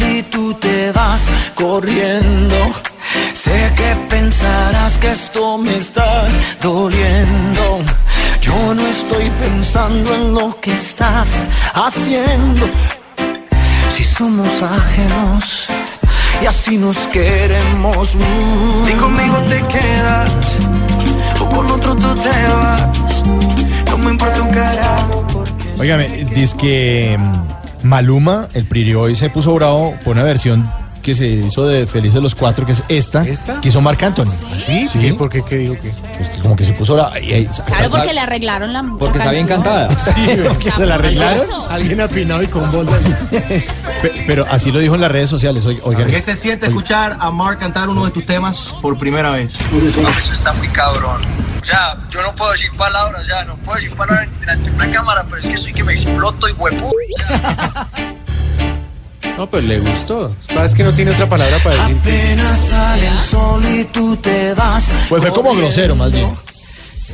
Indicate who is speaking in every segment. Speaker 1: Y tú te vas corriendo. Sé que pensarás que esto me está doliendo. Yo no estoy pensando en lo que estás haciendo. Si somos ajenos y así nos queremos. mm.
Speaker 2: Si conmigo te quedas o con otro tú te vas, no me importa un carajo porque
Speaker 3: Óigame, dice que mm, Maluma, el Priri hoy se puso bravo por una versión que se hizo de Felices los Cuatro, que es esta,
Speaker 4: ¿Esta? ¿Ah,
Speaker 3: que hizo Marc Anthony.
Speaker 4: ¿Sí? ¿Y por qué? ¿Qué digo que?
Speaker 3: Pues que como que se puso bravo. Ay, ay,
Speaker 5: Claro,
Speaker 3: sa-
Speaker 5: porque le arreglaron la
Speaker 6: Porque
Speaker 5: la
Speaker 6: está bien
Speaker 5: canción.
Speaker 6: cantada.
Speaker 3: Sí, porque se la arreglaron.
Speaker 4: Alguien afinado y con bolsas.
Speaker 3: Pe- Pero así lo dijo en las redes sociales. oiga, Oigan,
Speaker 4: Ah,
Speaker 7: ¿Qué se siente escuchar a Mark cantar uno de tus temas por primera vez?
Speaker 8: Eso está muy cabrón. O sea, yo no puedo decir palabras, ya no puedo decir palabras delante de una cámara, pero es que soy que me exploto y huevo.
Speaker 4: No, pero le gustó. Sabes que no tiene otra palabra para decir.
Speaker 1: Apenas sale el sol y tú te vas.
Speaker 3: pues fue como
Speaker 1: corriendo.
Speaker 3: grosero más bien.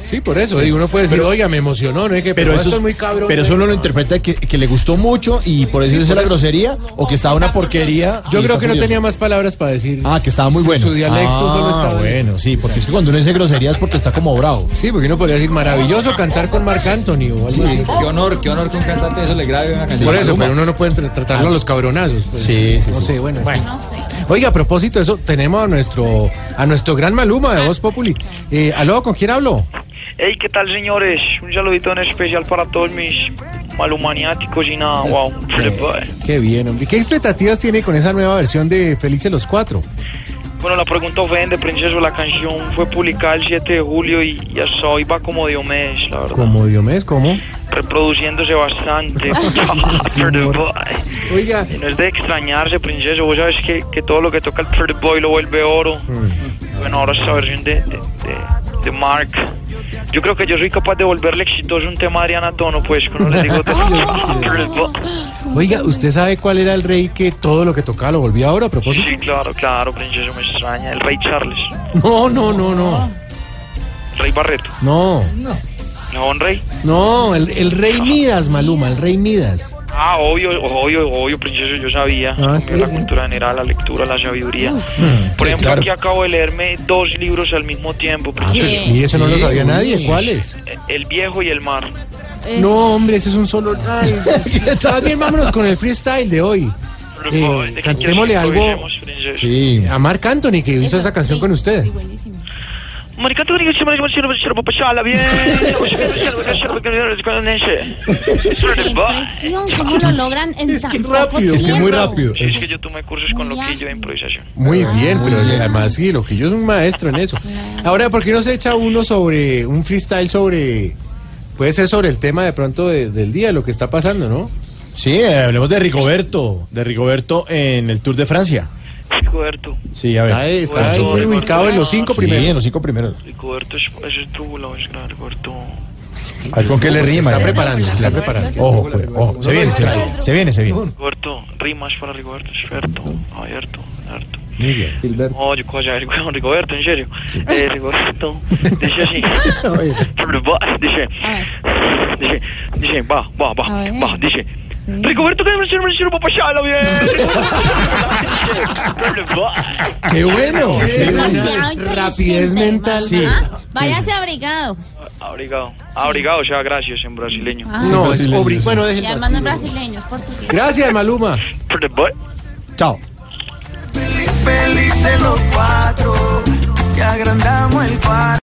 Speaker 4: Sí, por eso. Digo, uno puede decir, oiga, me emocionó, ¿no? Es que,
Speaker 3: Pero, eso,
Speaker 4: esto
Speaker 3: es-
Speaker 4: es muy cabrón.
Speaker 3: pero eso uno lo interpreta que, que le gustó mucho y por eso hizo la grosería o que estaba una porquería.
Speaker 4: Yo
Speaker 3: y
Speaker 4: creo
Speaker 3: está
Speaker 4: que no
Speaker 3: furioso.
Speaker 4: tenía más palabras para decir.
Speaker 3: Ah, que estaba muy bueno.
Speaker 4: Su dialecto solo
Speaker 3: Ah,
Speaker 4: estaba-
Speaker 3: bueno, sí, porque es que cuando uno dice grosería es porque está como bravo.
Speaker 4: Sí, porque uno podría decir, maravilloso cantar con Marc Anthony o algo así.
Speaker 6: Qué honor, qué honor que un cantante de eso le grabe una canción.
Speaker 4: Por eso, pero uno no puede tra- tratarlo a los cabronazos. pues.
Speaker 3: Sí, sí,
Speaker 4: No
Speaker 3: sí.
Speaker 4: sé, bueno.
Speaker 5: No sé.
Speaker 4: Oiga, a propósito de eso, tenemos a nuestro, a nuestro gran Maluma de Voz Populi. Eh, aló, ¿con quién hablo?
Speaker 8: Hey, ¿qué tal, señores? Un saludito en especial para todos mis malhumaniáticos y nada, wow.
Speaker 4: Qué bien, hombre. ¿Qué expectativas tiene con esa nueva versión de Felices los Cuatro?
Speaker 8: Bueno, la pregunta ofende, princeso. La canción fue publicada el 7 de julio y, y hasta hoy va como de un mes, la verdad.
Speaker 4: Como Diomedes, ¿cómo?
Speaker 8: Reproduciéndose bastante. Pretty boy.
Speaker 4: Oiga,
Speaker 8: Y No es de extrañarse, princeso. Vos sabes que, que todo lo que toca el Pretty Boy lo vuelve oro. Bueno, ahora esta versión de, de, de- de Mark. Yo creo que yo soy capaz de volverle exitoso un tema a Ariana Tono, pues, cuando le digo Pretty Boy.
Speaker 4: oiga, ¿usted sabe cuál era el rey que todo lo que tocaba lo volvía ahora a propósito?
Speaker 8: Sí, claro, claro, princeso, me extraña. El Rey Charles,
Speaker 4: No, no, no, no.
Speaker 8: el Rey Barreto.
Speaker 4: No,
Speaker 8: ¿No, un rey?
Speaker 4: no, el, el rey Midas, Maluma, el rey Midas.
Speaker 8: Ah, obvio, obvio, obvio, princeso, yo sabía.
Speaker 4: Ah, sí.
Speaker 8: La cultura general, la lectura, la sabiduría. Por
Speaker 3: sí,
Speaker 8: ejemplo,
Speaker 3: claro.
Speaker 8: aquí acabo de leerme dos libros al mismo tiempo, princeso.
Speaker 5: ¿Qué?
Speaker 4: Ah, Y eso no lo
Speaker 3: Sí,
Speaker 4: sabía
Speaker 3: uy.
Speaker 4: nadie, ¿cuál es?
Speaker 8: El viejo y el mar.
Speaker 5: Eh,
Speaker 4: No, hombre, ese es un solo... Ay, más bien vámonos con el freestyle de hoy. Eh,
Speaker 8: ¿de
Speaker 4: cantémosle
Speaker 8: qué quieres que
Speaker 4: algo-
Speaker 8: improvisemos, princesa?
Speaker 3: Sí.
Speaker 4: A Marc Anthony, que hizo
Speaker 5: eso,
Speaker 4: esa canción
Speaker 5: sí,
Speaker 4: con usted.
Speaker 5: sí, buenísimo.
Speaker 8: Marica, tú eres el chico, el chico, pasala bien.
Speaker 5: Qué impresión, cómo lo logran en
Speaker 4: Es
Speaker 5: tan
Speaker 4: que
Speaker 5: poco
Speaker 4: rápido, es que es muy
Speaker 5: tiempo.
Speaker 4: rápido.
Speaker 8: Sí, Es que yo tomé cursos con loquillo de improvisación.
Speaker 4: Muy bien, pero además sí, lo que yo soy un maestro en eso. Ahora, ¿por qué no se echa uno sobre un freestyle sobre... Puede ser sobre el tema de pronto de- del día, lo que está pasando, ¿no?
Speaker 3: Sí, eh, hablemos de Rigoberto, de Rigoberto en el Tour de Francia.
Speaker 8: Ricoberto,
Speaker 3: Sí, a ver.
Speaker 4: Está, ahí- está ahí
Speaker 8: Bueno,
Speaker 4: ubicado en los cinco
Speaker 3: Sí, en
Speaker 4: primeros.
Speaker 3: los cinco primeros.
Speaker 8: Ricoberto, eso es tu la voz, claro, Ricoberto.
Speaker 3: A ver con qué le rima.
Speaker 4: Está
Speaker 3: ya.
Speaker 4: preparando, se está preparando.
Speaker 3: Ojo, pues, ojo. Se viene, se viene, se viene, se viene.
Speaker 8: Ricoberto, rimas para Ricoberto, experto, abierto, abierto.
Speaker 4: Muy bien.
Speaker 6: Gilberto.
Speaker 8: Oh, yo cojo ya, Rico- Ricoberto, en serio. Eh, Ricoberto, dice así.
Speaker 4: Oye.
Speaker 8: Va, Dice,
Speaker 5: A ver.
Speaker 8: dice, dice, va, va, va,
Speaker 5: A ver.
Speaker 8: va, dice.
Speaker 5: Sí.
Speaker 8: Ricoberto, que me hicieron, me hicieron, papá, ya, lo bien. Va.
Speaker 3: ¡Qué bueno!
Speaker 4: Sí,
Speaker 3: Sí.
Speaker 5: Demasiado inteligente,
Speaker 4: Rapidez mental.
Speaker 5: hermano,
Speaker 4: Sí.
Speaker 5: ¿ah? Váyase abrigado.
Speaker 8: Abrigado, abrigado, ya, gracias en brasileño.
Speaker 5: Ah,
Speaker 4: No, es
Speaker 3: brasileño,
Speaker 4: obri-
Speaker 3: sí.
Speaker 4: Bueno, déjenlo
Speaker 5: Y además no es
Speaker 4: así.
Speaker 5: brasileño, es portugués.
Speaker 4: Gracias, Maluma.
Speaker 8: Va.
Speaker 3: Chao.
Speaker 2: felices los cuatro, que agrandamos el par.